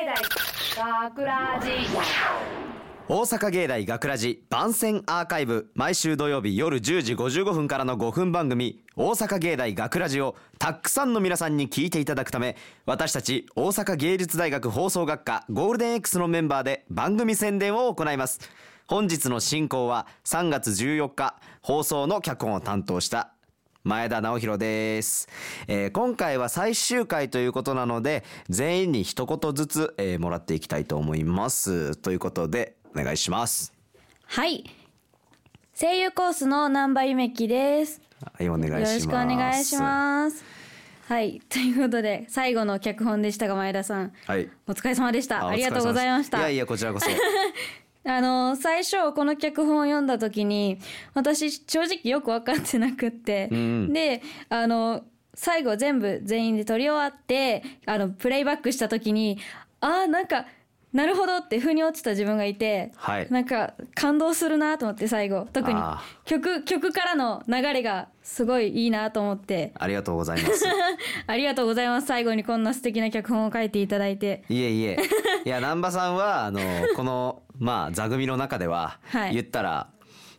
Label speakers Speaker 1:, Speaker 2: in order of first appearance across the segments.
Speaker 1: 大学ラジ
Speaker 2: 大阪芸大学ラジ番宣アーカイブ毎週土曜日夜10時55分からの5分番組「大阪芸大学ラジをたくさんの皆さんに聞いていただくため私たち大阪芸術大学放送学科ゴールデン X のメンバーで番組宣伝を行います本日の進行は3月14日放送の脚本を担当した前田直弘です、えー今回は最終回ということなので全員に一言ずつ、えーもらっていきたいと思いますということでお願いします
Speaker 3: はい声優コースの南波ゆめきです
Speaker 2: はいお願いし
Speaker 3: よ
Speaker 2: ま
Speaker 3: ろ
Speaker 2: す
Speaker 3: しくお願いしますはいということで最後の脚本でしたが前田さん
Speaker 2: はい
Speaker 3: お疲れ様でしたあ
Speaker 2: お疲
Speaker 3: り
Speaker 2: れ様で
Speaker 3: がとうございました
Speaker 2: いやいやこちらこそ
Speaker 3: あの最初この脚本を読んだ時に私正直よく分かってなくって、
Speaker 2: ん
Speaker 3: であの最後全部全員で撮り終わってあのプレイバックした時にあーなんかなるほどって腑に落ちた自分がいて、
Speaker 2: はい
Speaker 3: なんか感動するなと思って最後 特に
Speaker 2: あ
Speaker 3: 曲曲からの流れがすごいいいなと思って
Speaker 2: ありがとうございます
Speaker 3: ありがとうございます最後にこんな素敵な脚本を書いていただいて
Speaker 2: いえ いえいや難波さんはあのこのまあ座組の中では、
Speaker 3: はい
Speaker 2: 言ったら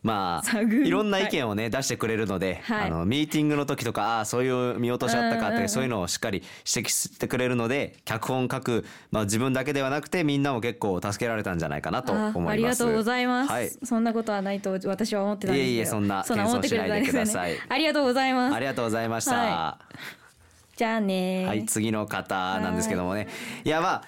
Speaker 2: まあ
Speaker 3: 座組
Speaker 2: いろんな意見をね、出してくれるので、
Speaker 3: はい
Speaker 2: あのミーティングの時とかああそういう見落としあった
Speaker 3: うんう
Speaker 2: かと
Speaker 3: んう
Speaker 2: か
Speaker 3: ん
Speaker 2: そういうのをしっかり指摘してくれるので脚本書く、まあ、自分だけではなくてみんなも結構助けられたんじゃないかなと思い
Speaker 3: あ
Speaker 2: ます。
Speaker 3: ありがとうございます、
Speaker 2: はい
Speaker 3: そんなことはないと私は思ってたんですけど
Speaker 2: いえいえそんな
Speaker 3: 思ってくれたんですよ
Speaker 2: 謙遜しないで
Speaker 3: ね
Speaker 2: くださ
Speaker 3: ありがとうございます
Speaker 2: ありがとうございました、
Speaker 3: はじゃあねー
Speaker 2: はい、次の方なんですけどもね。いや、まあ、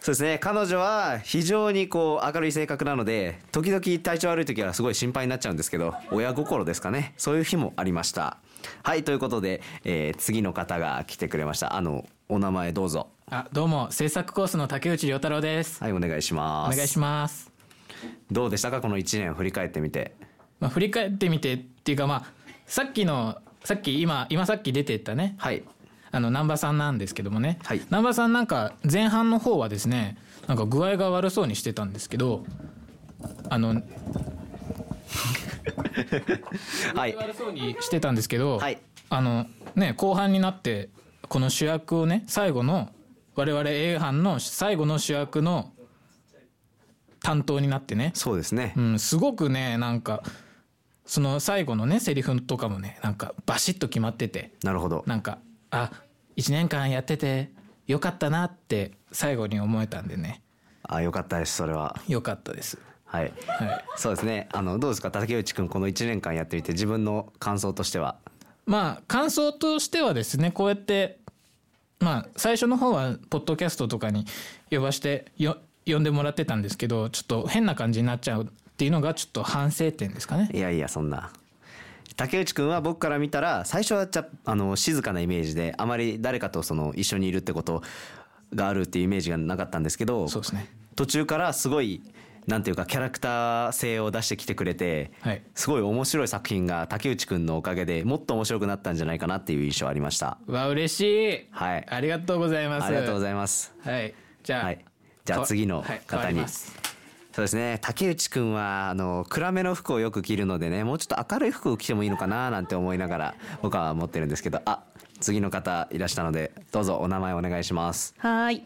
Speaker 2: そうですね。彼女は非常にこう明るい性格なので、時々体調悪い時はすごい心配になっちゃうんですけど、親心ですかね。そういう日もありました。はい、ということで、えー次の方が来てくれました。あの、お名前どうぞ。
Speaker 4: あどうも制作コースの竹内涼太郎です
Speaker 2: はい、お願いし
Speaker 4: お
Speaker 2: ます。
Speaker 4: 願いします、
Speaker 2: どうでしたかこの1年振り返ってみて。
Speaker 4: まあ、振り返ってみてっていうかまあさっきのさっき今今さっき出てったね
Speaker 2: はい。
Speaker 4: あの南波さんなんですけどもね、
Speaker 2: はい
Speaker 4: 南波さんなんか前半の方はですねなんか具合が悪そうにしてたんですけどあ の
Speaker 2: はい。
Speaker 4: 悪そうにしてたんですけど、
Speaker 2: はい
Speaker 4: あのね後半になってこの主役をね最後の我々 A 班の最後の主役の担当になってね
Speaker 2: そうですね
Speaker 4: う。ん、すごくねなんかその最後のねセリフとかもねなんかバシッと決まってて
Speaker 2: なるほど。
Speaker 4: なんかあ1年間やっててよかったなって最後に思えたんでね
Speaker 2: あ、よかったです。それは。
Speaker 4: よかったです。
Speaker 2: はい。
Speaker 4: はい、
Speaker 2: そうですね。あの、どうですか竹内くん、この1年間やってみて、自分の感想としては。
Speaker 4: まあ感想としてはですねこうやってまあ最初の方はポッドキャストとかに呼ばしてよ呼んでもらってたんですけどちょっと変な感じになっちゃうっていうのがちょっと反省点ですかね。
Speaker 2: いやいやそんな竹内くんは僕から見たら最初はちゃあの静かなイメージであまり誰かとその一緒にいるってことがあるっていうイメージがなかったんですけど
Speaker 4: そうですね
Speaker 2: 途中からすごいなんていうかキャラクター性を出してきてくれて、
Speaker 4: はい
Speaker 2: すごい面白い作品が竹内くんのおかげでもっと面白くなったんじゃないかなっていう印象ありました
Speaker 4: わ嬉しい、
Speaker 2: はい
Speaker 4: ありがとうございます
Speaker 2: ありがとうございます
Speaker 4: はい。じゃあ、
Speaker 2: はいじゃあ次の
Speaker 4: はい
Speaker 2: 方に
Speaker 4: 変わります
Speaker 2: そうですね竹内くんはあの暗めの服をよく着るのでねもうちょっと明るい服を着てもいいのかななんて思いながら僕は思ってるんですけどあ次の方いらしたのでどうぞお名前お願いします
Speaker 5: はーい。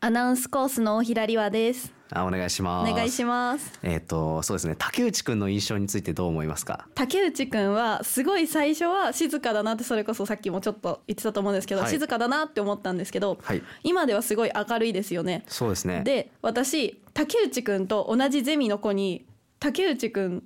Speaker 5: アナウンスコースの大平里和です。
Speaker 2: あお願いしま
Speaker 5: お
Speaker 2: す
Speaker 5: 願いします。
Speaker 2: えっ、とそうですね竹内くんの印象についてどう思いますか
Speaker 5: 竹内くんはすごい最初は静かだなってそれこそさっきもちょっと言ってたと思うんですけど、
Speaker 2: はい
Speaker 5: 静かだなって思ったんですけど、
Speaker 2: はい
Speaker 5: 今ではすごい明るいですよね。
Speaker 2: そうですね
Speaker 5: で私竹内くんと同じゼミの子に竹内くん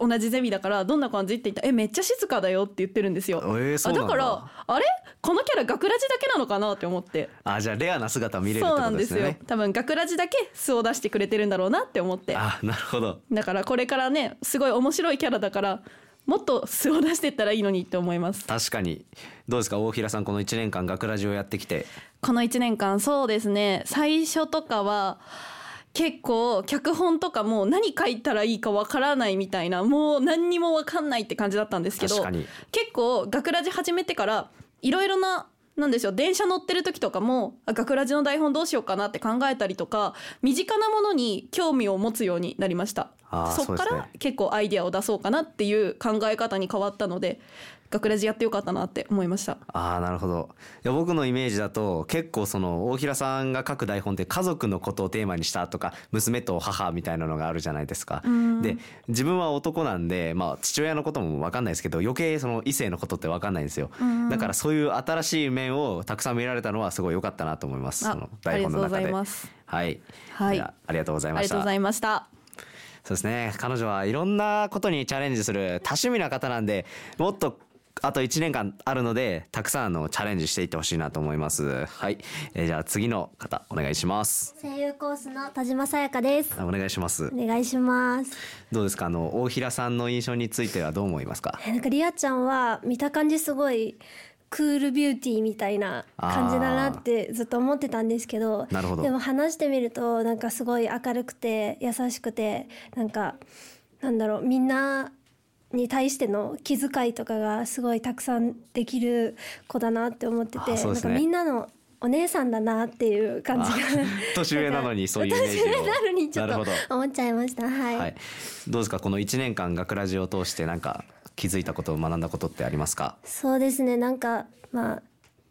Speaker 5: 同じゼミだからどんな感じって言ったら「えめっちゃ静かだよ」って言ってるんですよ。
Speaker 2: えーそう
Speaker 5: あ
Speaker 2: なんだ
Speaker 5: からあれこのキャラ学ラジだけなのかなって思って。
Speaker 2: あじゃあレアな姿を見れるって
Speaker 5: そう
Speaker 2: こ
Speaker 5: なん
Speaker 2: とで
Speaker 5: ですす
Speaker 2: ね
Speaker 5: よ多分学ラジだけ素を出してくれてるんだろうなって思って
Speaker 2: あ なるほど
Speaker 5: だからこれからねすごい面白いキャラだからもっと素を出してったらいいのにって思います
Speaker 2: 確かにどうですか大平さんこの1年間学ラジをやってきて
Speaker 5: この1年間そうですね最初とかは結構脚本とかもう何書いたらいいかわからないみたいなもう何にもわかんないって感じだったんですけど
Speaker 2: 確かに
Speaker 5: 結構学ラジ始めてからいろいろななんでしょう電車乗ってる時とかもあ学ラジの台本どうしようかなって考えたりとか身近なものに興味を持つようになりました。
Speaker 2: あー
Speaker 5: そこか
Speaker 2: そうです
Speaker 5: ら
Speaker 2: ね
Speaker 5: 結構アイディアを出そうかなっていう考え方に変わったので学ラジやってよかったなって思いました
Speaker 2: ああなるほどいや僕のイメージだと結構その大平さんが書く台本って家族のことをテーマにしたとか娘と母みたいなのがあるじゃないですか。で自分は男なんで、まあ、父親のことも分かんないですけど余計その異性のことって分かんないんですよだからそういう新しい面をたくさん見られたのはすごい良かったなと思います
Speaker 5: あ
Speaker 2: その台本の中
Speaker 5: ありがとうござい
Speaker 2: で。
Speaker 5: ます
Speaker 2: はい、
Speaker 5: はい
Speaker 2: やありがとうござい
Speaker 5: あ
Speaker 2: ま
Speaker 5: りが
Speaker 2: し
Speaker 5: とうご
Speaker 2: た
Speaker 5: ざ。いました
Speaker 2: そうですね彼女はいろんなことにチャレンジする多趣味な方なんでもっとあと1年間あるのでたくさんあのチャレンジしていってほしいなと思いますはい、えーじゃあ次の方お願いします
Speaker 6: 声優コースの田島さやかです
Speaker 2: あお願いします
Speaker 6: お願いします
Speaker 2: どうですかあの大平さんの印象についてはどう思います か
Speaker 6: えなんかリアちゃんは見た感じすごいクールビューティーみたいな感じだなってずっと思ってたんですけど
Speaker 2: なるほど
Speaker 6: でも話してみるとなんかすごい明るくて優しくてなんかなんだろうみんなに対しての気遣いとかがすごいたくさんできる子だなって思って
Speaker 2: あ
Speaker 6: て、
Speaker 2: そうで
Speaker 6: なん
Speaker 2: す
Speaker 6: か
Speaker 2: ね
Speaker 6: みんなのお姉さんだなっていう感じが
Speaker 2: 年上なのにそういうイメージを
Speaker 6: 年上なのにちょ
Speaker 2: なるほ
Speaker 6: っ
Speaker 2: ど
Speaker 6: と思っちゃいましたはい、
Speaker 2: はい、どうですかこの1年間学ラジを通してなんか気づいたこと学んだことってありますか
Speaker 6: そうですねなんかまあ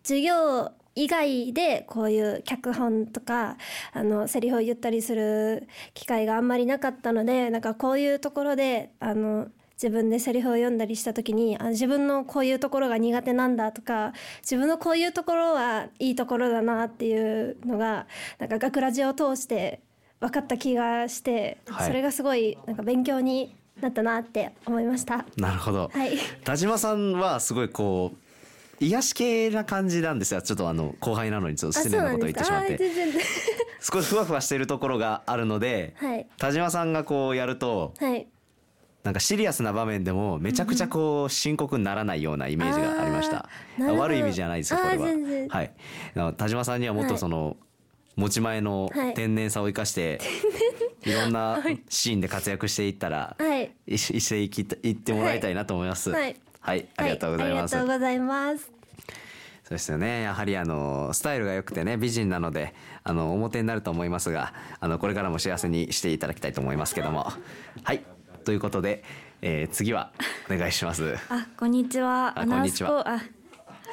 Speaker 6: 授業以外でこういう脚本とかあのセリフを言ったりする機会があんまりなかったのでなんかこういうところであの自分でセリフを読んだりした時にあ自分のこういうところが苦手なんだとか自分のこういうところはいいところだなっていうのがなんか学ラジを通して分かった気がして、
Speaker 2: はい
Speaker 6: それがすごいなんか勉強になったなって思いました。
Speaker 2: なるほど、
Speaker 6: はい
Speaker 2: 田島さんはすごいこう癒し系な感じなんですよちょっとあの後輩なのにちょっと
Speaker 6: あ、そ
Speaker 2: 失
Speaker 6: う
Speaker 2: 礼なこ
Speaker 6: なん
Speaker 2: とを言
Speaker 6: で
Speaker 2: っ
Speaker 6: す
Speaker 2: てしまっ
Speaker 6: あー
Speaker 2: て
Speaker 6: 全然
Speaker 2: 少しふわふわしているところがあるので、
Speaker 6: はい
Speaker 2: 田島さんがこうやると
Speaker 6: はい。
Speaker 2: なんかシリアスな場面でもめちゃくちゃこう深刻にならないようなイメージがありました
Speaker 6: あーなるほど
Speaker 2: 悪い意味じゃないですよこれは
Speaker 6: あー全然
Speaker 2: はいなので田島さんにはもっとその、持ち前の
Speaker 6: はい
Speaker 2: 天然さを生かして、い、ろんなシーンで活躍していったら、
Speaker 6: はい。
Speaker 2: いししていきたいってもらいたいなと思います。は、
Speaker 6: はいい
Speaker 2: は
Speaker 6: はいい
Speaker 2: ありがとうございます。
Speaker 6: はありがとうございます。
Speaker 2: そうですよね。やはりあのスタイルが良くてね美人なのであの表になると思いますが、あのこれからも幸せにしていただきたいと思いますけども、はいということで、えー次はお願いします。
Speaker 7: あ、こんにちは。
Speaker 2: あ
Speaker 7: アナウンス
Speaker 2: こんにち
Speaker 7: コ
Speaker 2: は
Speaker 7: あ、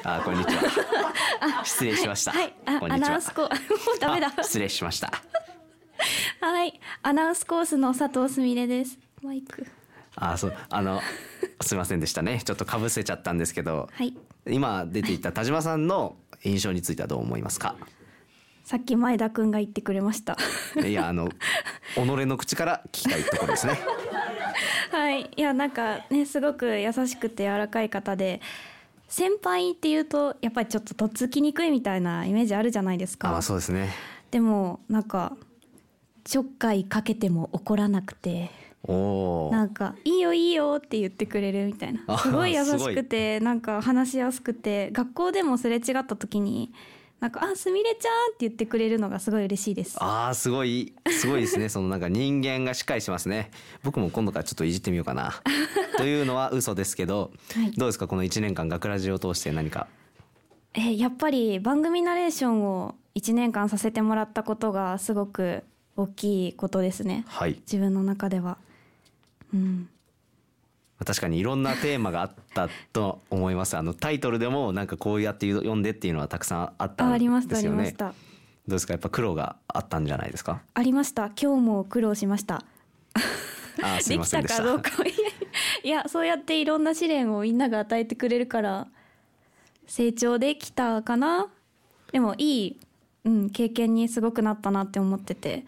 Speaker 2: あこんにちは。失礼しました。
Speaker 7: はい、あ
Speaker 2: こん
Speaker 7: ア
Speaker 2: にち
Speaker 7: ナウ
Speaker 2: は
Speaker 7: ン ス。コもうダメだ。
Speaker 2: あ失礼しました。
Speaker 7: はい、アナウンスコースの佐藤すみれです。マイク。
Speaker 2: あそうあのすいませんでしたね。ちょっと被せちゃったんですけど、
Speaker 7: はい。
Speaker 2: 今出ていた田島さんの印象についてはどう思いますか。
Speaker 7: さっき前田くんが言ってくれました。
Speaker 2: いやあの己の口から聞きたいところですね。
Speaker 7: はい、いやなんかねすごく優しくて柔らかい方で先輩っていうとやっぱりちょっととっつきにくいみたいなイメージあるじゃないです
Speaker 2: あま
Speaker 7: か
Speaker 2: あそうですね。
Speaker 7: でもなんかちょっかいかけても怒らなくて
Speaker 2: おお。
Speaker 7: なんか「いいよいいよ」って言ってくれるみたい
Speaker 2: あ
Speaker 7: なすごい優
Speaker 2: すごい
Speaker 7: しくてなんか話しやすくて学校でもすれ違った時になんか「あすみれちゃん」って言ってくれるのがすごい嬉しいです
Speaker 2: ああすごいすごいですね。そのなんか人間がしっかりしてますね。僕も今度からちょっといじってみよう かな。というのは嘘ですけど、
Speaker 7: はい
Speaker 2: どうですかこの一年間学ラジを通して何か。
Speaker 7: えーやっぱり番組ナレーションを1年間させてもらったことがすごく大きいことですね
Speaker 2: はい。
Speaker 7: 自分の中ではうん
Speaker 2: 確かにいろんなテーマがあったと思います。あのタイトルでもなんかこうやって読んでっていうのはたくさんあった
Speaker 7: あ
Speaker 2: ん
Speaker 7: あ
Speaker 2: です
Speaker 7: り
Speaker 2: よね。
Speaker 7: ましたありまし
Speaker 2: ど
Speaker 7: た
Speaker 2: うですかやっぱ苦労があったんじゃないですか。
Speaker 7: ありました今日も苦労しました
Speaker 2: あ ーすい
Speaker 7: で
Speaker 2: ま
Speaker 7: き
Speaker 2: せん
Speaker 7: た
Speaker 2: で
Speaker 7: か
Speaker 2: した。
Speaker 7: どうかいや いやそうやっていろんな試練をみんなが与えてくれるから成長できたかなでもいい、うん、経験にすごくなったなって思ってて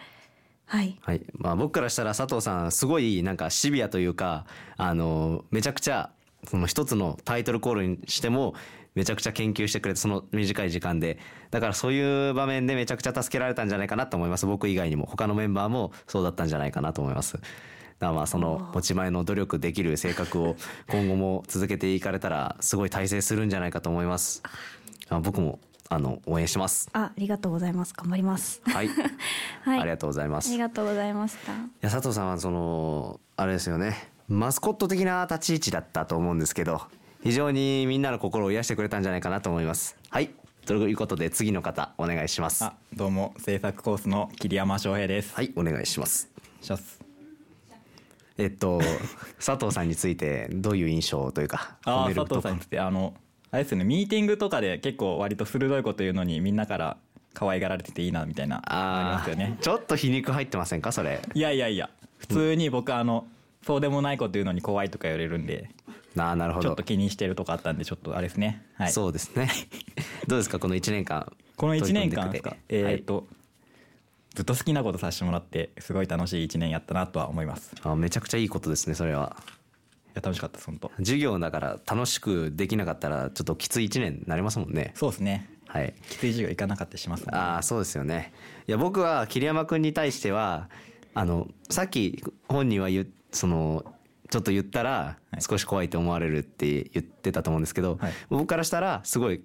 Speaker 7: はい
Speaker 2: はい、まあ僕からしたら佐藤さんすごいなんかシビアというか、あのめちゃくちゃその一つのタイトルコールにしてもめちゃくちゃ研究してくれてその短い時間で、だからそういう場面でめちゃくちゃ助けられたんじゃないかなと思います。僕以外にも他のメンバーもそうだったんじゃないかなと思います。だからまあその持ち前の努力できる性格を今後も続けていかれたらすごい大成するんじゃないかと思います。あ僕もあの応援します。
Speaker 7: あありがとうございます頑張ります
Speaker 2: はい、
Speaker 7: はい
Speaker 2: ありがとうございます
Speaker 7: あり。がとうございました。
Speaker 2: いや佐藤さんはそのあれですよねマスコット的な立ち位置だったと思うんですけど非常にみんなの心を癒してくれたんじゃないかなと思いますはいということで次の方お願いします
Speaker 8: あ
Speaker 2: は
Speaker 8: どうも制作コースの桐山翔平です、
Speaker 2: いお願いします
Speaker 8: します
Speaker 2: えっと佐藤さんについてどういう印象というか
Speaker 8: あ
Speaker 2: 褒
Speaker 8: あ
Speaker 2: める
Speaker 8: 佐
Speaker 2: と
Speaker 8: 藤
Speaker 2: こ
Speaker 8: さんについてあのあれですよねミーティングとかで結構割と鋭いこと言うのにみんなから可愛がられてていいなみたいなあり
Speaker 2: あ
Speaker 8: ます
Speaker 2: ー
Speaker 8: よね
Speaker 2: ちょっと皮肉入ってませんかそれ
Speaker 8: いやいやいや普通に僕あのそうでもないこと言うのに怖いとか言われるんで
Speaker 2: なあなるほ
Speaker 8: ちょっ
Speaker 2: ど
Speaker 8: と気にしてるとかあったんでちょっとあれですねはい
Speaker 2: そうですね どうですかこの1年間
Speaker 8: この1年間ですか
Speaker 2: 取り組んで
Speaker 8: え
Speaker 2: く
Speaker 8: ーっとずっと好きなことさせてもらってすごい楽しい1年やったなとは思いますい
Speaker 2: はいあめちゃくちゃいいことですねそれは
Speaker 8: や楽しかったです本当
Speaker 2: 授業だから楽しくできなかったらちょっときつい1年になりますもんね
Speaker 8: そうですね
Speaker 2: はい
Speaker 8: きつい授業行かなかったりしますね
Speaker 2: ああそうですよねいや僕は桐山君に対してはあのさっき本人は言うそのちょっと言ったら
Speaker 8: はい
Speaker 2: 少し怖いと思われるって言ってたと思うんですけど、
Speaker 8: はい
Speaker 2: 僕からしたらすごい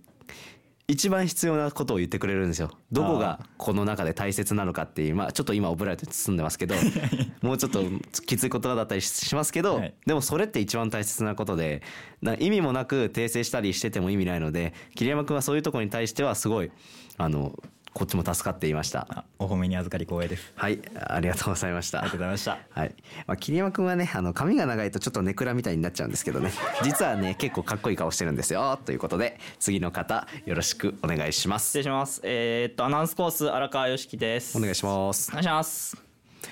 Speaker 2: 一番必要なことを言ってくれるんですよどこがこの中で大切なのかっていうまあちょっと今オブラートに包んでますけど もうちょっときつい言葉だったりしますけど、
Speaker 8: はい
Speaker 2: でもそれって一番大切なことでな意味もなく訂正したりしてても意味ないので桐山君はそういうところに対してはすごいあのこっちも助かっていました
Speaker 8: あお褒めに預かり光栄です
Speaker 2: はいありがとうございました
Speaker 8: ありがとうございました
Speaker 2: はい、まあ、桐山君はねあの髪が長いとちょっとネクラみたいになっちゃうんですけどね実はね結構かっこいい顔してるんですよということで次の方よろしくお願いしま
Speaker 9: 失
Speaker 2: す
Speaker 9: 礼します。えーっとアナウンスコース荒川良樹です。
Speaker 2: お願いし
Speaker 9: す。
Speaker 2: ます
Speaker 9: お願いします。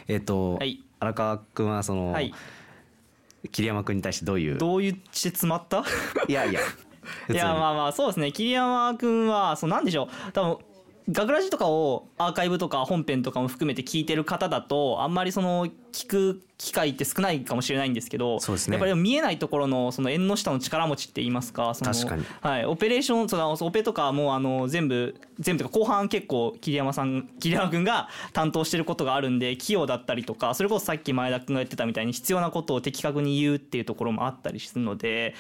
Speaker 2: えっ、と、
Speaker 9: はい
Speaker 2: 荒川君はその、
Speaker 9: はい。
Speaker 2: 桐山君に対してどういう
Speaker 9: どう言って詰まった？
Speaker 2: いやいや
Speaker 9: いやまあまあそうですね桐山君はそうなんでしょう多分学ラジとかをアーカイブとか本編とかも含めて聞いてる方だとあんまりその聞く機会って少ないかもしれないんですけど
Speaker 2: そうですね
Speaker 9: やっぱり見えないところのその縁の下の力持ちって言いますかその
Speaker 2: 確かに
Speaker 9: はい、オペレーションそのオペとかもうあの全部全部というか後半結構桐山さん桐山君が担当してることがあるんで器用だったりとかそれこそさっき前田君が言ってたみたいに必要なことを的確に言うっていうところもあったりするので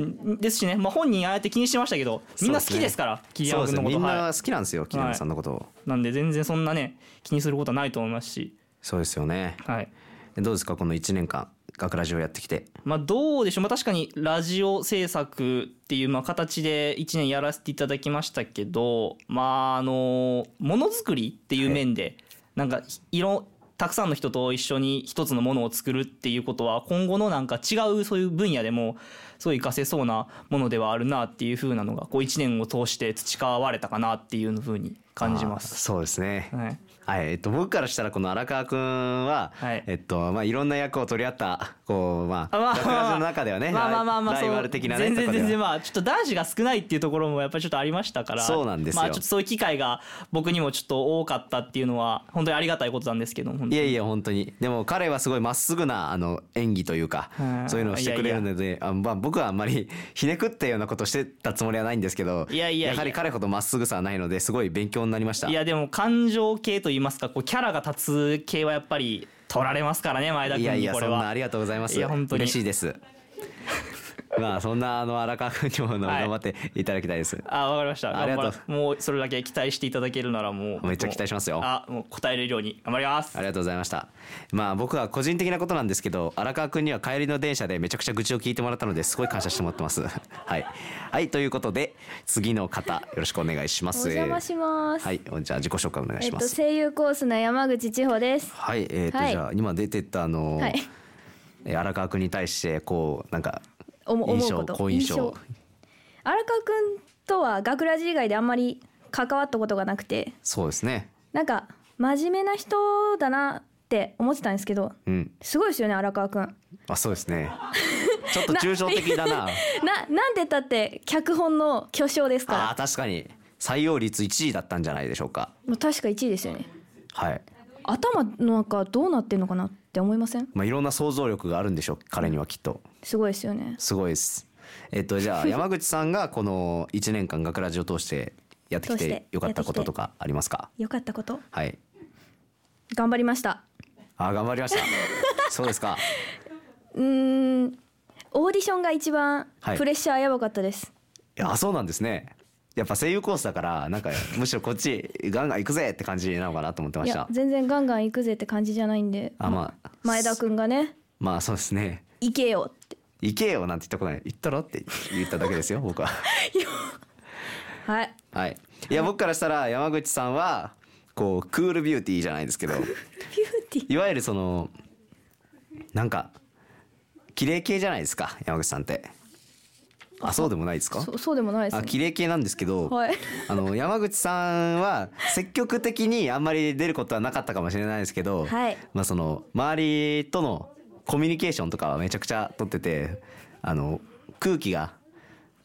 Speaker 9: んですしね、まあ、本人ああやって気にしてましたけどみんな好きですから桐
Speaker 2: そう
Speaker 9: 山
Speaker 2: です
Speaker 9: 君
Speaker 2: ね
Speaker 9: の
Speaker 2: み
Speaker 9: こと
Speaker 2: ん
Speaker 9: は
Speaker 2: な好きなんですよ桐山さんのことを、
Speaker 9: いなんで全然そんなね気にすることはないと思いますし、
Speaker 2: そうですよね
Speaker 9: はい
Speaker 2: どうですかこの1年間学ラジオやってきて
Speaker 9: まあ、どうでしょう、まあ、確かにラジオ制作っていうまあ形で1年やらせていただきましたけどまああのものづくりっていう面でなんかいろたくさんの人と一緒に一つのものを作るっていうことは今後のなんか違うそういう分野でもすごい活かせそうなものではあるなっていう風なのがこう1年を通して培われたかなっていう風に感じま
Speaker 2: あー
Speaker 9: す。
Speaker 2: そうですね、
Speaker 9: はい
Speaker 2: はい、えっと、僕からしたら、この荒川くんは、
Speaker 9: はい
Speaker 2: えっと、まあ、いろんな役を取り合った、こう、まあ、
Speaker 9: あまあ
Speaker 2: 学ラジの中ではね、
Speaker 9: まあまあまあまあ
Speaker 2: ライライバル的なね、
Speaker 9: 全然
Speaker 2: とこで
Speaker 9: 全
Speaker 2: は
Speaker 9: 然まあちょっと男子が少ないっていうところもやっぱりちょっとありましたから
Speaker 2: そうなんですよ
Speaker 9: まあちょっとそういう機会が僕にもちょっと多かったっていうのは本当にありがたいことなんですけども本当
Speaker 2: い
Speaker 9: に
Speaker 2: やいや本当にでも彼はすごいまっすぐなあの演技というか
Speaker 9: うん
Speaker 2: そういうのをしてくれるのであまあ、僕はあんまり ひねくったようなことしてたつもりはないんですけど
Speaker 9: いやいやいや
Speaker 2: はり彼ほどまっすぐさはないのですごい勉強になりました
Speaker 9: いやでも感情系と言いますかこうキャラが立つ系はやっぱり取られますからね前田
Speaker 2: い
Speaker 9: 君
Speaker 2: やい
Speaker 9: に
Speaker 2: や
Speaker 9: こ
Speaker 2: そ
Speaker 9: れ
Speaker 2: んなあ
Speaker 9: は
Speaker 2: りがとうございます
Speaker 9: いや本当に
Speaker 2: 嬉しいです まあそんなあの荒川君にもあの
Speaker 9: はい
Speaker 2: 頑張っていただきたいです、
Speaker 9: あわかりました
Speaker 2: ありがとう
Speaker 9: 頑張るもうそれだけ期待していただけるならもう
Speaker 2: めっちゃ期待しますよ
Speaker 9: あもう答えれるように頑張ります
Speaker 2: ありがとうございましたまあ僕は個人的なことなんですけど荒川君には帰りの電車でめちゃくちゃ愚痴を聞いてもらったのですごい感謝してもらってます はい、はい、ということで次の方よろしくお願いしま
Speaker 6: お
Speaker 2: す
Speaker 6: 邪魔します。
Speaker 2: はい、じゃあ自己紹介お願い
Speaker 6: え
Speaker 2: し
Speaker 6: っ
Speaker 2: ま
Speaker 6: と
Speaker 2: す。
Speaker 6: 声優コースの山口千穂です。
Speaker 2: はい、えっ、と、
Speaker 6: はい
Speaker 2: じゃあ今出てたあの、
Speaker 6: はい
Speaker 2: えー荒川君に対してこうなんか
Speaker 6: おも
Speaker 2: 印
Speaker 6: 思う
Speaker 2: 象
Speaker 6: こと
Speaker 2: 好印象
Speaker 6: 荒川くんとは学ラジ以外であんまり関わったことがなくて、
Speaker 2: そうですね。
Speaker 6: なんか真面目な人だなって思ってたんですけど、
Speaker 2: うん、
Speaker 6: すごいですよね荒川くん。
Speaker 2: あそうです ね。ちょっと抽象的だな。
Speaker 6: ななんでだって脚本の巨匠ですから
Speaker 2: あー確かに採用率1位だったんじゃないでしょうか。
Speaker 6: もう確か1位ですよね
Speaker 2: はい。
Speaker 6: 頭の中どうなってんのかなって思いません
Speaker 2: まあいろんな想像力があるんでしょう。彼にはきっと
Speaker 6: すごいですよね
Speaker 2: すごいです。えっ、とじ ゃあ山口さんがこの1年間学ラジを通してやってき
Speaker 6: 通して
Speaker 2: て良かったこ
Speaker 6: や
Speaker 2: と
Speaker 6: って
Speaker 2: と
Speaker 6: きて
Speaker 2: かありますか。
Speaker 6: よかったこと
Speaker 2: はい。
Speaker 6: 頑張りました
Speaker 2: あ頑張りま した。そうですか。
Speaker 6: うーんオーディションが一番
Speaker 2: はい
Speaker 6: プレッシャーやばかったです、
Speaker 2: いやそうなんですねやっぱ声優コースだからなんかむしろこっちガンガン行くぜって感じなのかなと思ってま
Speaker 6: い、
Speaker 2: し
Speaker 6: や
Speaker 2: た
Speaker 6: 全然ガンガン行くぜって感じじゃないんで
Speaker 2: あまあ
Speaker 6: 前田くんがね
Speaker 2: まあそうですね
Speaker 6: 行けよって
Speaker 2: 行けよなんて言ったことない行ったろって言っただけ ですよ僕は
Speaker 6: はい
Speaker 2: はいいや僕からしたら山口さんはこうクールビューティーじゃないですけど
Speaker 6: ビューティー
Speaker 2: いわゆるそのなんか綺麗系じゃないですか山口さんってあそうでもないですか
Speaker 7: そそうでもないです
Speaker 2: あ
Speaker 7: ね
Speaker 2: 綺麗系なんですけど、
Speaker 7: はい
Speaker 2: あの山口さんは積極的にあんまり出ることはなかったかもしれないですけど、
Speaker 7: はい
Speaker 2: まあその周りとのコミュニケーションとかはめちゃくちゃ取ってて、あの空気が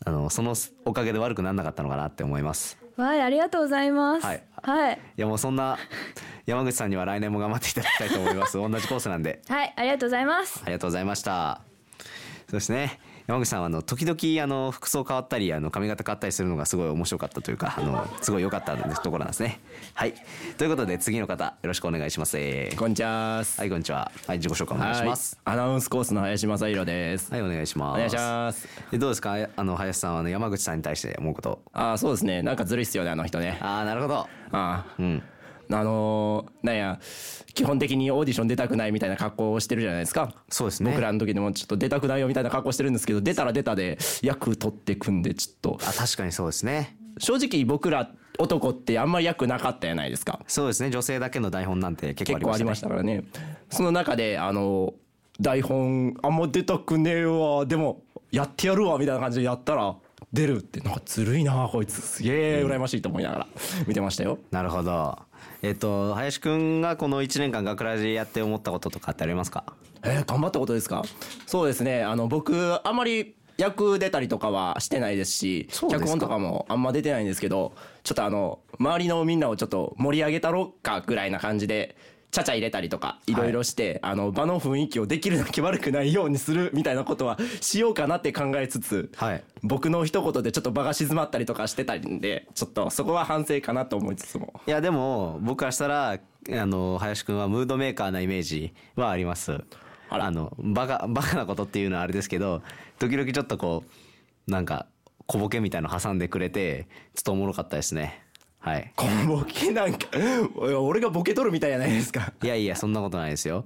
Speaker 2: あのそのおかげで悪くならなかったのかなって思います。
Speaker 7: わーいありがとうございます
Speaker 2: はい
Speaker 7: はい、
Speaker 2: いやもうそんな山口さんには来年も頑張っていただきたいと思います。同じコースなんで。
Speaker 7: はい、ありがとうございます
Speaker 2: ありがとうございました。そうですね。山口さんはあの時々あの服装変わったりあの髪型変わったりするのがすごい面白かったというかあのすごい良かったところなんですね。はい。ということで次の方よろしくお願いします。は
Speaker 10: こんにちはっす。
Speaker 2: いこんにちは。はい自己紹介お願いします。
Speaker 10: はい。アナウンスコースの林正宏です。
Speaker 2: はいお願いします。
Speaker 10: お願いします。
Speaker 2: えどうですかあの林さんはあの山口さんに対して思うこと。
Speaker 10: ああ、そうですね。なんかずるいっすよね、あの人ね。
Speaker 2: ああなるほど。
Speaker 10: ああ。
Speaker 2: うん。
Speaker 10: あのーなんや、基本的にオーディション出たくないみたいな格好をしてるじゃないですか。
Speaker 2: そうですね
Speaker 10: 僕らの時でもちょっと出たくないよみたいな格好してるんですけど、出たら出たで役取ってくんで、ちょっと。
Speaker 2: あ確かにそうですね。
Speaker 10: 正直僕ら男ってあんまり役なかったじゃないですか。
Speaker 2: そうですね女性だけの台本なんて結構あ
Speaker 10: 結
Speaker 2: り
Speaker 10: 構
Speaker 2: ま
Speaker 10: あ
Speaker 2: し
Speaker 10: り
Speaker 2: た、ね。
Speaker 10: ましたからねその中であの台本あんま出たくねえわでもやってやるわみたいな感じでやったら出るってなんかずるいなこいつすげえ羨ましいと思いながら見てましたよ
Speaker 2: なるほど。えっと林くんがこの一年間学ラジやって思ったこととかってありますか。
Speaker 10: えー頑張ったことですかそうですねあの僕あんまり役出たりとかはしてないですし
Speaker 2: そうですか
Speaker 10: 脚本とかもあんま出てないんですけどちょっとあの周りのみんなをちょっと盛り上げたろっかぐらいな感じでちゃちゃ入れたりとかいろいろして、あの場の雰囲気をできるだけ悪くないようにするみたいなことはしようかなって考えつつ、
Speaker 2: はい
Speaker 10: 僕の一言でちょっと場が静まったりとかしてたりんでちょっとそこは反省かなと思いつつも
Speaker 2: いやでも僕からしたらあの林くんはムードメーカーなイメージはあります。
Speaker 10: あら
Speaker 2: あのバカバカなことっていうのはあれですけど、時々ちょっとこうなんか小ボケみたいの挟んでくれてちょっとおもろかったですね。はい。
Speaker 10: このボケなんか俺がボケとるみたいじゃないですか
Speaker 2: いやいやそんなことないですよ。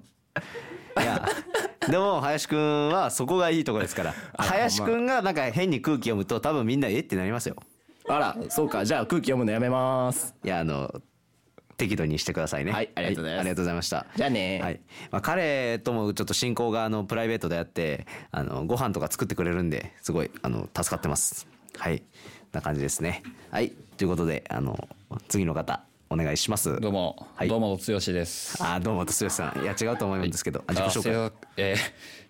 Speaker 2: いや でも林くんはそこがいいところですから。林くんがなんか変に空気読むと多分みんなえってなりますよ。
Speaker 10: あら、そうか。じゃあ空気読むのやめます。
Speaker 2: いやあの適度にしてくださいね。
Speaker 10: はいありがとうございます
Speaker 2: ありがとうございました。
Speaker 10: じゃあね
Speaker 2: はい。まあ彼ともちょっと親交があのプライベートであって、あのご飯とか作ってくれるんで、すごいあの助かってます。はい。な感じですね。はい。ということであの次の方お願いします。
Speaker 11: どうも、
Speaker 2: はい
Speaker 11: どうも剛です。
Speaker 2: あどうもとすよさん。いや違うと思うんですけど、あ自己
Speaker 11: あ
Speaker 2: 紹介
Speaker 11: 制作えー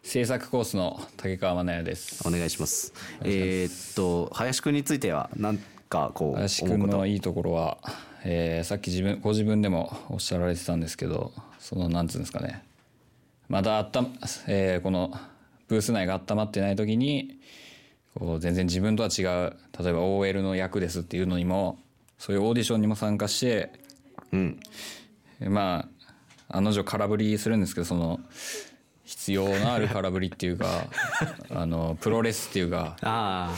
Speaker 11: 制作コースの竹川真奈也です。
Speaker 2: お願いします。えーっと林くんについてはなんかこう
Speaker 11: 林
Speaker 2: 思
Speaker 11: く
Speaker 2: うんこと
Speaker 11: のいいところは、えーさっき自分ご自分でもおっしゃられてたんですけど、そのなんつうんですかね、まだあった、えーこのブース内が温まってない時に、こう全然自分とは違う、例えば OL の役ですっていうのにも、そういうオーディションにも参加して、まあ案の定空振りするんですけどその必要のある空振りっていう かあのプロレスっていうか
Speaker 2: あ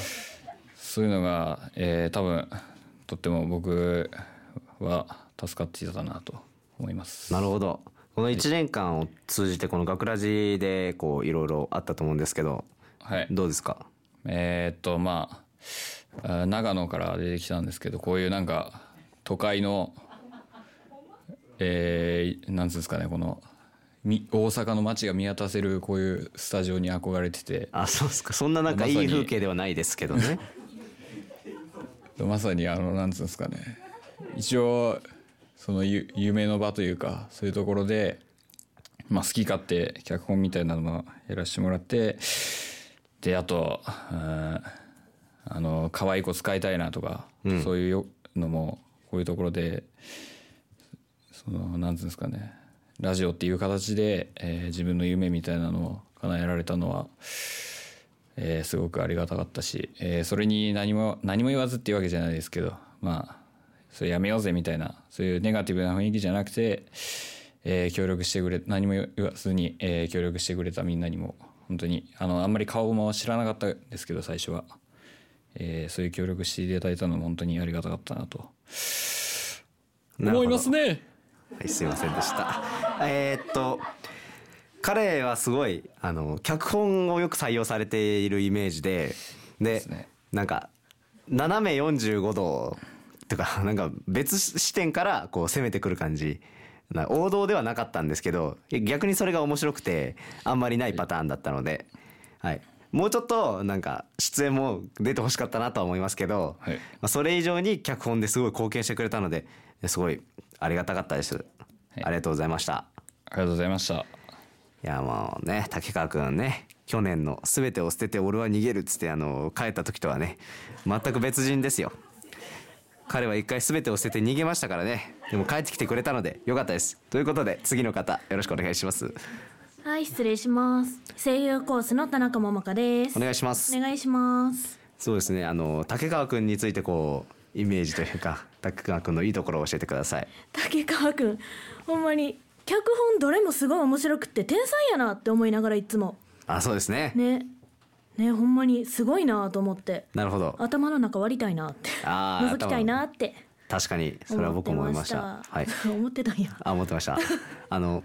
Speaker 11: そういうのが、えー多分とっても僕は助かっていたかなと思います
Speaker 2: あ。なるほど。この一年間を通じてこの学ラジでこういろいろあったと思うんですけど、
Speaker 11: はい、
Speaker 2: どうですか。
Speaker 11: えーっとまああ長野から出てきたんですけどこういうなんか都会のえー、なんつうんですかねこのみ大阪の街が見渡せるこういうスタジオに憧れてて
Speaker 2: あそうですかそんななんかいい風景ではないですけどね
Speaker 11: まさにあのなんつうんですかね一応そのゆ夢の場というかそういうところで、まあ、好き勝手脚本みたいなのもやらせてもらってであとうんあの可愛い子使いたいなとか、そういうよのもこういうところでそのなんつうんですかねラジオっていう形で、えー自分の夢みたいなのを叶えられたのはえーすごくありがたかったし、えーそれに何も何も言わずっていうわけじゃないですけどまあそれやめようぜみたいなそういうネガティブな雰囲気じゃなくて、えー協力してくれ何も言わずに、えー協力してくれたみんなにも本当にあのあんまり顔も知らなかったですけど最初は、えーそういう協力していただいたのも本当にありがたかったなと思いますね
Speaker 2: はいすいませんでしたえーっと彼はすごいあの脚本をよく採用されているイメージでで
Speaker 11: ですね
Speaker 2: なんか斜め45度とかなんか別視点からこう攻めてくる感じな王道ではなかったんですけど逆にそれが面白くてあんまりないパターンだったので、はい、もうちょっとなんか出演も出てほしかったなとは思いますけど、まあ、それ以上に脚本ですごい貢献してくれたのですごいありがたかったです、ありがとうございました
Speaker 11: ありがとうございました
Speaker 2: いやもうね竹川くんね去年の「すべてを捨てて俺は逃げる」っつってあの帰った時とはね全く別人ですよ彼は一回全てを捨てて逃げましたからねでも帰ってきてくれたのでよかったですということで次の方よろしくお願いします
Speaker 12: はい失礼します声優コースの田中桃香です
Speaker 2: お願いします
Speaker 12: お願いします
Speaker 2: そうですねあの竹川くんについてこうイメージというか竹川くんのいいところを教えてください
Speaker 12: 竹川くんほんまに脚本どれもすごい面白くって天才やなって思いながらいつも
Speaker 2: あそうですね
Speaker 12: ねねほんまにすごいなと思って
Speaker 2: なるほど
Speaker 12: 頭の中割りたいなって
Speaker 2: あー
Speaker 12: 覗きたいなって
Speaker 2: 確かにそれは僕も思いました
Speaker 12: 思って
Speaker 2: はい
Speaker 12: 思ってたんや
Speaker 2: あ思ってました あの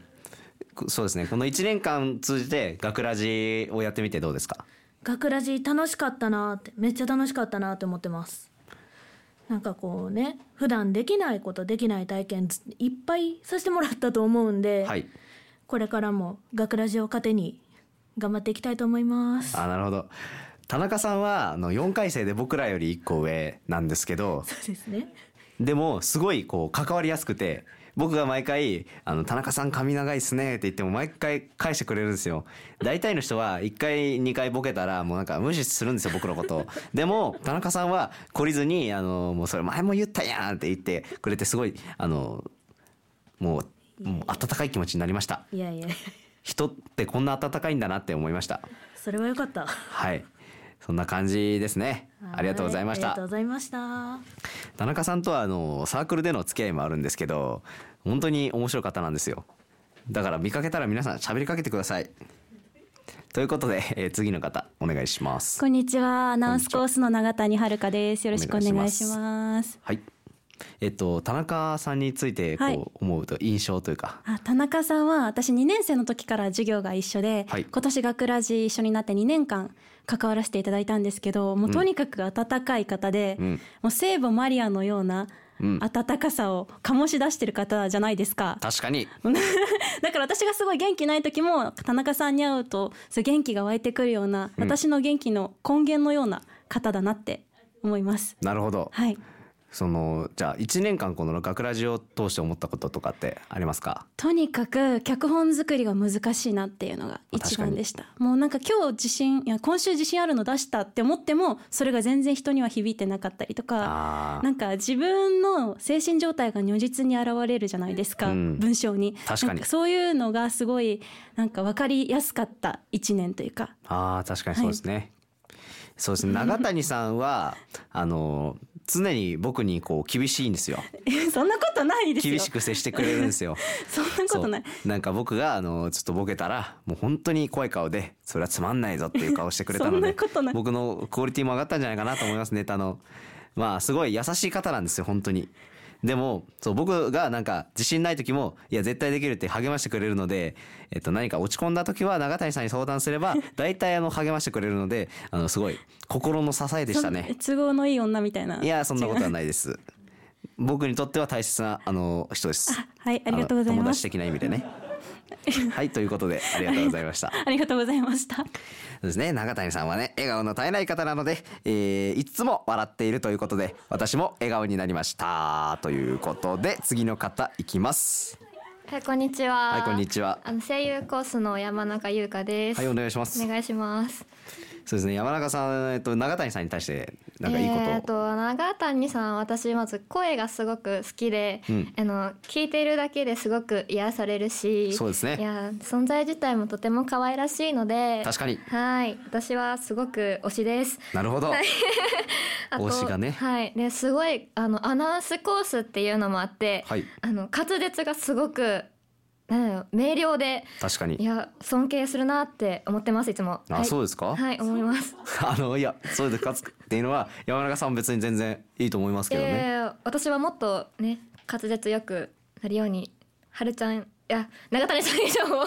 Speaker 2: こそうですねこの1年間通じて学ラジをやってみてどうですか
Speaker 12: 学ラジ楽しかったなってめっちゃ楽しかったなって思ってますなんかこうね普段できないことできない体験ずいっぱいさせてもらったと思うんで、
Speaker 2: はい
Speaker 12: これからも学ラジを糧に頑張っていきたいと思います
Speaker 2: あなるほど田中さんはあの4回生で僕らより1個上なんですけど
Speaker 12: そうですね
Speaker 2: でもすごいこう関わりやすくて僕が毎回「あの田中さん髪長いっすね」って言っても毎回返してくれるんですよ大体の人は1回2回ボケたらもうなんか無視するんですよ僕のことをでも田中さんは懲りずに「あのもうそれ前も言ったやん」って言ってくれてすごいあのもうもう温かい気持ちになりました
Speaker 12: いやいや
Speaker 2: 人ってこんな温かいんだなって思いました
Speaker 12: それはよかった
Speaker 2: はいそんな感じですね ありがとうございまし
Speaker 12: はありがと
Speaker 2: た
Speaker 12: うございました
Speaker 2: 田中さんとはあのサークルでの付き合いもあるんですけど本当に面白い方なんですよだから見かけたら皆さん喋りかけてくださいということで、えー次の方お願いします
Speaker 13: こんにちは、アナウンスコースの永谷遥です。よろしくお願いします。
Speaker 2: はいえっと田中さんについて
Speaker 13: はい
Speaker 2: こう思うと印象というか、
Speaker 13: あ田中さんは私2年生の時から授業が一緒で、
Speaker 2: はい
Speaker 13: 今年学ラジ一緒になって2年間関わらせていただいたんですけどもうとにかく温かい方で、
Speaker 2: うん
Speaker 13: もう聖母マリアのような
Speaker 2: うん
Speaker 13: 温かさを醸し出してる方じゃないですか。
Speaker 2: 確かに
Speaker 13: だから私がすごい元気ない時も田中さんに会うとそう元気が湧いてくるような、
Speaker 2: うん
Speaker 13: 私の元気の根源のような方だなって思います。
Speaker 2: なるほど、
Speaker 13: はい
Speaker 2: そのじゃあ1年間この学ラジを通して思ったこととかってありますか
Speaker 13: とにかく脚本作りが難しいなっていうのが一番でしたもうなんか今日自信いや今週自信あるの出したって思ってもそれが全然人には響いてなかったりとか
Speaker 2: あー
Speaker 13: なんか自分の精神状態が如実に現れるじゃないですか、
Speaker 2: うん
Speaker 13: 文章に
Speaker 2: 確かに
Speaker 13: なんそういうのがすごいなんか分かりやすかった一年というか
Speaker 2: あー確かにそうですね、そうですね永谷さんはあの常に僕にこう厳しいんですよ
Speaker 13: えそんなことないですよ
Speaker 2: 厳しく接してくれるんですよ
Speaker 13: そんなことない
Speaker 2: そうなんか僕があのちょっとボケたらもう本当に怖い顔でそれはつまんないぞっていう顔してくれたの
Speaker 13: そん
Speaker 2: で
Speaker 13: なことない
Speaker 2: 僕のクオリティも上がったんじゃないかなと思いますネタのまあすごい優しい方なんですよ本当にでもそう僕がなんか自信ない時もいや絶対できるって励ましてくれるので、えっと、何か落ち込んだ時は永谷さんに相談すれば大体あの励ましてくれるのであのすごい心の支えでしたね
Speaker 13: そん都合のいい女みたいない
Speaker 2: いやそんなことはないいです僕にとっては大切なあの人です
Speaker 13: はいありがとうござい
Speaker 2: あの友
Speaker 13: ま
Speaker 2: 達
Speaker 13: す
Speaker 2: 的な意味 でねはいということでありがとうございました
Speaker 13: ありがとうございました
Speaker 2: そうですね永谷さんはね笑顔の絶えない方なので、えーいつも笑っているということで私も笑顔になりましたということで次の方いきます
Speaker 14: はい、こんにちは。
Speaker 2: はいこんにちは
Speaker 14: あの声優コースの山中優香です。
Speaker 2: はいお願いします
Speaker 14: お願いします。
Speaker 2: そうですね山中さん、えっと、永谷さんに対してなんかいいことを、
Speaker 14: えー、と長谷さん、私まず声がすごく好きで、
Speaker 2: うん
Speaker 14: あの聞いているだけですごく癒されるし、
Speaker 2: そうですね
Speaker 14: いや存在自体もとても可愛らしいので、
Speaker 2: 確かに
Speaker 14: はい、私はすごく推しです。
Speaker 2: なるほど
Speaker 14: はいあと
Speaker 2: 推しがね
Speaker 14: はい、で、すごいあのアナウンスコースっていうのもあって、
Speaker 2: はい
Speaker 14: あの滑舌がすごく。なんだろう明瞭で
Speaker 2: 確かに
Speaker 14: いや尊敬するなって思ってますいつも
Speaker 2: あ
Speaker 14: はい
Speaker 2: そうですか
Speaker 14: はい思います
Speaker 2: あのいやそうですかっていうのは山中さん別に全然いいと思いますけどね、
Speaker 14: いやいやいや私はもっとね滑舌よくなるようにはるちゃんいや永谷さん以上を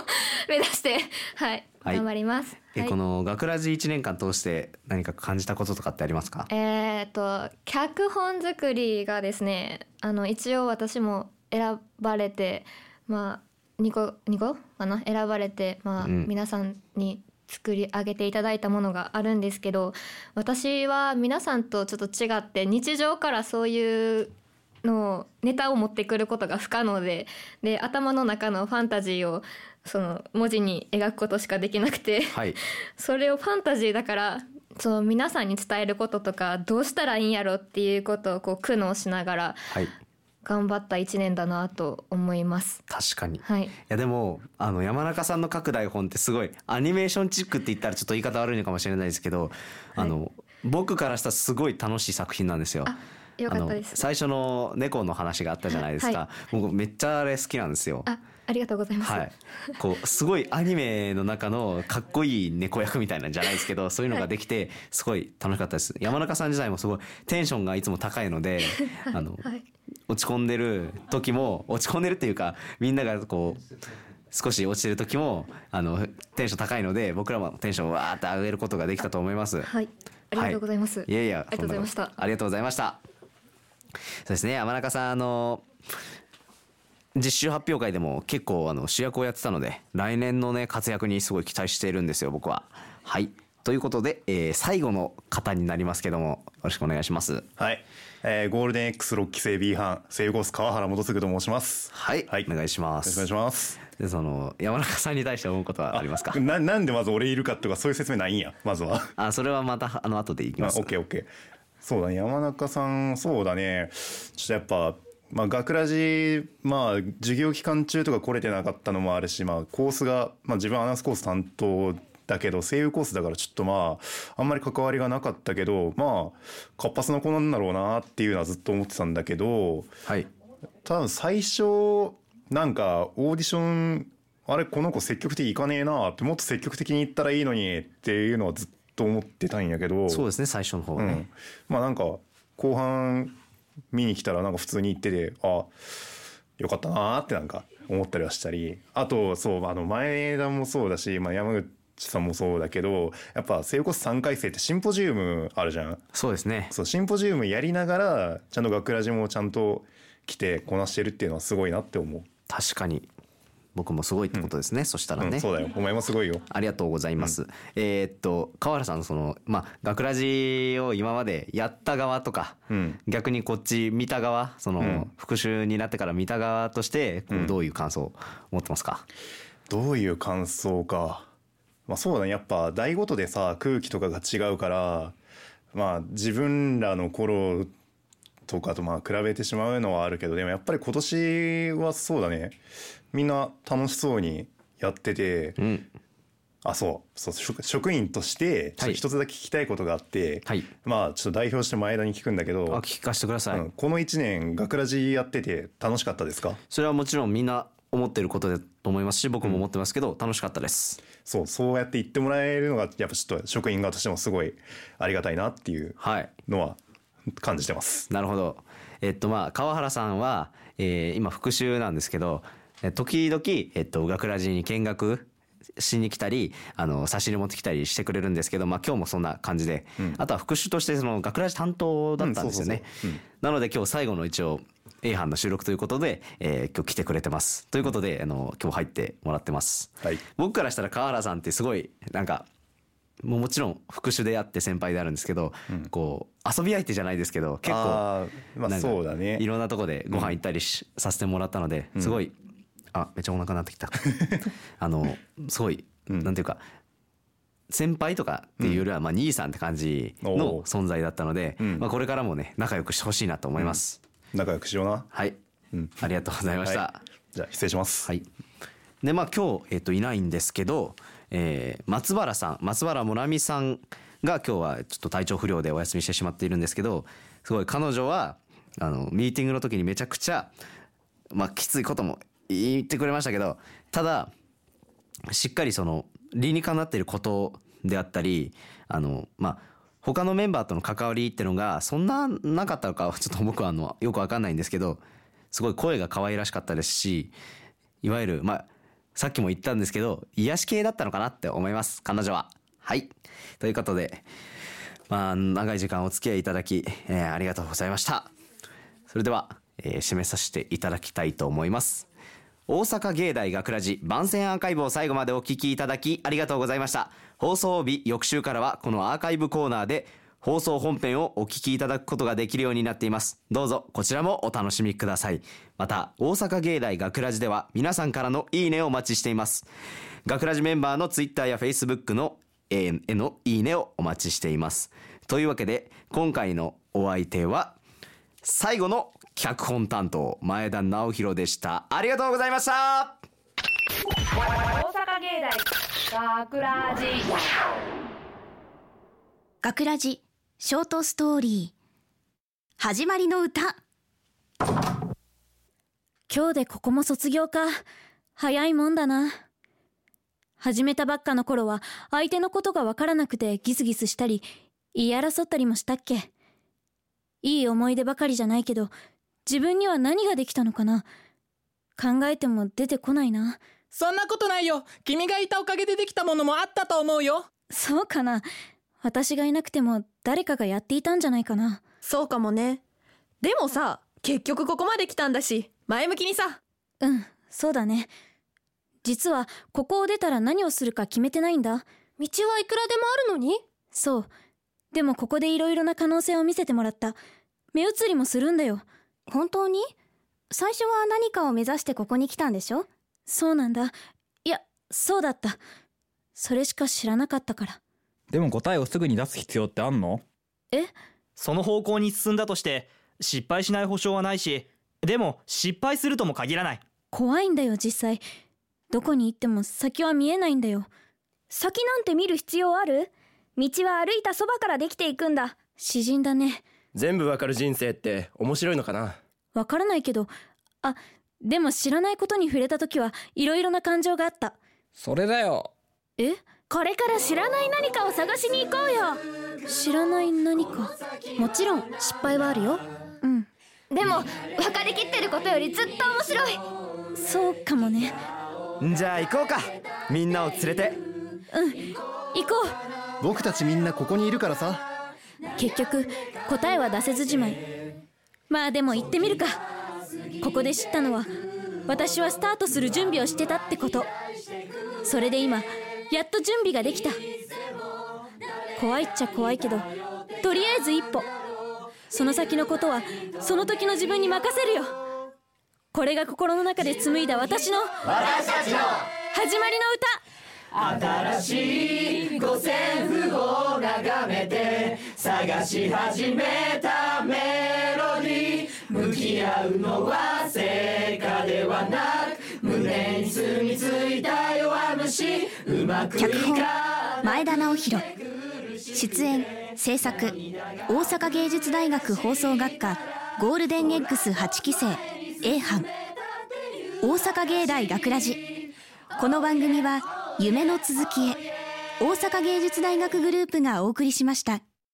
Speaker 14: 目指してはい、
Speaker 2: はい
Speaker 14: 頑張ります
Speaker 2: え
Speaker 14: はい
Speaker 2: この学ラジ1年間通して何か感じたこととかってありますか
Speaker 14: えーっと脚本作りがですねあの一応私も選ばれてまあ2個2個かな選ばれて、まあ
Speaker 15: うん
Speaker 14: 皆さんに作り上げていただいたものがあるんですけど私は皆さんとちょっと違って日常からそういうのをネタを持ってくることが不可能でで頭の中のファンタジーをその文字に描くことしかできなくて、
Speaker 2: はい
Speaker 14: それをファンタジーだからその皆さんに伝えることとかどうしたらいいんやろっていうことをこう苦悩しながら
Speaker 2: はい
Speaker 14: 頑張った1年だなと思います。
Speaker 2: 確かに、
Speaker 14: はい
Speaker 2: いやでもあの山中さんの書く台本ってすごいアニメーションチックって言ったらちょっと言い方悪いのかもしれないですけど、あの僕からしたらすごい楽しい作品なんですよ。
Speaker 14: よかったです
Speaker 2: あの最初の猫の話があったじゃないですか、
Speaker 14: は
Speaker 2: 僕めっちゃあれ好きなんですよ。
Speaker 14: あありがとうございます、
Speaker 2: はい、こうすごいアニメの中のかっこいい猫役みたいなんじゃないですけ どそういうのができてすごい楽しかったです山中さん自体もすごいテンションがいつも高いのであの
Speaker 14: はい
Speaker 2: 落ち込んでる時も落ち込んでるっていうかみんながこう少し落ちてる時もあのテンション高いので僕らもテンションをわーって上げることができたと思います。
Speaker 14: はい、ありがとうございます、
Speaker 2: いやいや
Speaker 14: ありがとうございまし
Speaker 2: そんな
Speaker 14: た
Speaker 2: ことありがとうございましたそうですね山中さんあの実習発表会でも結構あの主役をやってたので来年のね活躍にすごい期待しているんですよ僕ははいということで、えー最後の方になりますけどもよろしくお願いします
Speaker 16: はい、えーゴールデン X6 期生 B 班セイゴース川原元次と申します
Speaker 2: はい、お願いします
Speaker 16: よろしくお願いします
Speaker 2: でその山中さんに対して思うことはありますか
Speaker 16: ななんでまず俺いるかとかそういう説明ないんやまずは
Speaker 2: あそれはまたあの後でいきます
Speaker 16: オッケーオッケーそうだね山中さんそうだねちょっとやっぱまあ学ラジまあ授業期間中とか来れてなかったのもあるしまあコースがまあ自分はアナウンスコース担当だけど声優コースだからちょっとまああんまり関わりがなかったけどまあ活発な子なんだろうなっていうのはずっと思ってたんだけど、
Speaker 2: はい、
Speaker 16: 多分最初なんかオーディションあれこの子積極的に行かねえなってもっと積極的に行ったらいいのにっていうのはずっと思ってたんやけど
Speaker 2: そうですね最初の方はね、
Speaker 16: うん、まあなんか後半見に来たらなんか普通に行っててあよかったなーってなんか思ったりはしたりあとそうあの前田もそうだし、まあ、山口さんもそうだけどやっぱ聖骨3回生ってシンポジウムあるじゃん
Speaker 2: そうですね
Speaker 16: そうシンポジウムやりながらちゃんと学ラジもちゃんと来てこなしてるっていうのはすごいなって思う
Speaker 2: 確かに僕もすごいってことですね、そしたらね、
Speaker 16: うんそうだよお前もすごいよ
Speaker 2: ありがとうございます、えーっと川原さんそのまあ学ラジを今までやった側とか、逆にこっち見た側その、
Speaker 16: うん
Speaker 2: 復習になってから見た側としてこうどういう感想を持ってますか、
Speaker 16: どういう感想か。まあそうだね。やっぱ台ごとでさ、空気とかが違うから、まあ自分らの頃とかとまあ比べてしまうのはあるけど、でもやっぱり今年はそうだね。みんな楽しそうにやってて、あ、そう、そう職職員として、ちょっと一つだけ聞きたいことがあって、まあちょっと代表して前田に聞くんだけど、
Speaker 2: 聞かせてください、
Speaker 16: この1年、学ラジやってて楽しかったですか
Speaker 2: それはもちろんみんな思ってることだと思いますし僕も思ってますけど、楽しかったです
Speaker 16: そうそうやって言ってもらえるのがやっぱちょっと職員側としてもすごいありがたいなっていうのは感じてます。
Speaker 2: なるほど。えっとまあ川原さんは、えー今復習なんですけど、え時々えっと学ラジに見学しに来たり、あの差し入れ持ってきたりしてくれるんですけど、まあ今日もそんな感じで、あとは復習としてその学ラジ担当だったんですよね。なので今日最後の一応 A 班の収録ということで、えー今日来てくれてます。ということで、あの今日入ってもらってます。僕からしたら川原さんってすごいなんか。もうもちろん復習であって先輩であるんですけど、こう遊び相手じゃないですけど結
Speaker 16: あ
Speaker 2: 構
Speaker 16: ーまあ
Speaker 2: なんか
Speaker 16: そうだね
Speaker 2: いろんなとこでご飯行ったりし、させてもらったのですごい、あめっちゃお腹なって きたあのすごい、なんていうか先輩とかっていうよりはまあ兄さんって感じの存在だったので、まあ、これからもね仲良くしてほしいなと思います、
Speaker 16: 仲良くしような
Speaker 2: はい、ありがとうございました、
Speaker 16: はじゃあ失礼します
Speaker 2: はいでまあ今日、えっといないんですけど、えー松原さん松原もなみさんが今日はちょっと体調不良でお休みしてしまっているんですけどすごい彼女はあのミーティングの時にめちゃくちゃ、まあ、きついことも言ってくれましたけどただしっかりその理にかなっていることであったりあのまあ他のメンバーとの関わりってのがそんななかったのかはちょっと僕はあのよくわかんないんですけどすごい声が可愛らしかったですしいわゆるまあさっきも言ったんですけど癒し系だったのかなって思います彼女は。はいということでまあ長い時間お付き合いいただき、えーありがとうございました。それでは、えー締めさせていただきたいと思います。大阪芸大学ラジ番宣アーカイブを最後までお聞きいただきありがとうございました放送日翌週からはこのアーカイブコーナーで放送本編をお聞きいただくことができるようになっていますどうぞこちらもお楽しみくださいまた大阪芸大学ラジでは皆さんからのいいねをお待ちしています学ラジメンバーのツイッターやフェイスブックのえーへのいいねをお待ちしていますというわけで今回のお相手は最後の脚本担当前田直弘でしたありがとうございました
Speaker 1: 大阪芸大学ラジ
Speaker 15: 学ラジショートストーリー始まりの歌
Speaker 17: 今日でここも卒業か早いもんだな
Speaker 13: 始めたばっかの頃は相手のことがわからなくてギスギスしたり言い争ったりもしたっけ
Speaker 17: いい思い出ばかりじゃないけど自分には何ができたのかな考えても出てこないな
Speaker 18: そんなことないよ君がいたおかげでできたものもあったと思うよ
Speaker 17: そうかな私がいなくても誰かがやっていたんじゃないかな
Speaker 5: そうかもねでもさ結局ここまで来たんだし前向きにさ
Speaker 17: うんそうだね実はここを出たら何をするか決めてないんだ
Speaker 15: 道はいくらでもあるのに
Speaker 17: そうでもここでいろいろな可能性を見せてもらった目移りもするんだよ
Speaker 15: 本当に最初は何かを目指してここに来たんでしょ
Speaker 17: そうなんだいやそうだったそれしか知らなかったから
Speaker 8: でも答えをすぐに出す必要ってあんの
Speaker 17: え
Speaker 9: その方向に進んだとして失敗しない保証はないしでも失敗するとも限らない
Speaker 17: 怖いんだよ実際どこに行っても先は見えないんだよ
Speaker 15: 先なんて見る必要ある道は歩いたそばからできていくんだ
Speaker 17: 詩人だね
Speaker 10: 全部わかる人生って面白いのかな
Speaker 17: わからないけどあでも知らないことに触れた時はいろいろな感情があった
Speaker 11: それだよ
Speaker 17: え
Speaker 15: これから知らない何かを探しに行こう
Speaker 17: よ知らない何か
Speaker 15: もちろん失敗はあるよ
Speaker 17: うん
Speaker 15: でも分かりきってることよりずっと面白い
Speaker 17: そうかもね
Speaker 2: じゃあ行こうかみんなを連れて
Speaker 17: うん行こう
Speaker 19: 僕たちみんなここにいるからさ
Speaker 17: 結局答えは出せずじまいまあでも行ってみるかここで知ったのは私はスタートする準備をしてたってことそれで今やっと準備ができた怖いっちゃ怖いけどとりあえず一歩その先のことはその時の自分に任せるよこれが心の中で紡いだ私の
Speaker 20: 私たちの
Speaker 17: 始まりの歌
Speaker 20: 新しい五線譜を眺めて探し始めたメロディー向き合うのは成果ではなく胸に住み着いた弱虫うまくい
Speaker 15: 脚本
Speaker 20: か
Speaker 15: 前田直弘出演制作大阪芸術大学放送学科ゴールデンエッグス8期生 A 班大阪芸大学ラジこの番組は夢の続きへ大阪芸術大学グループがお送りしました。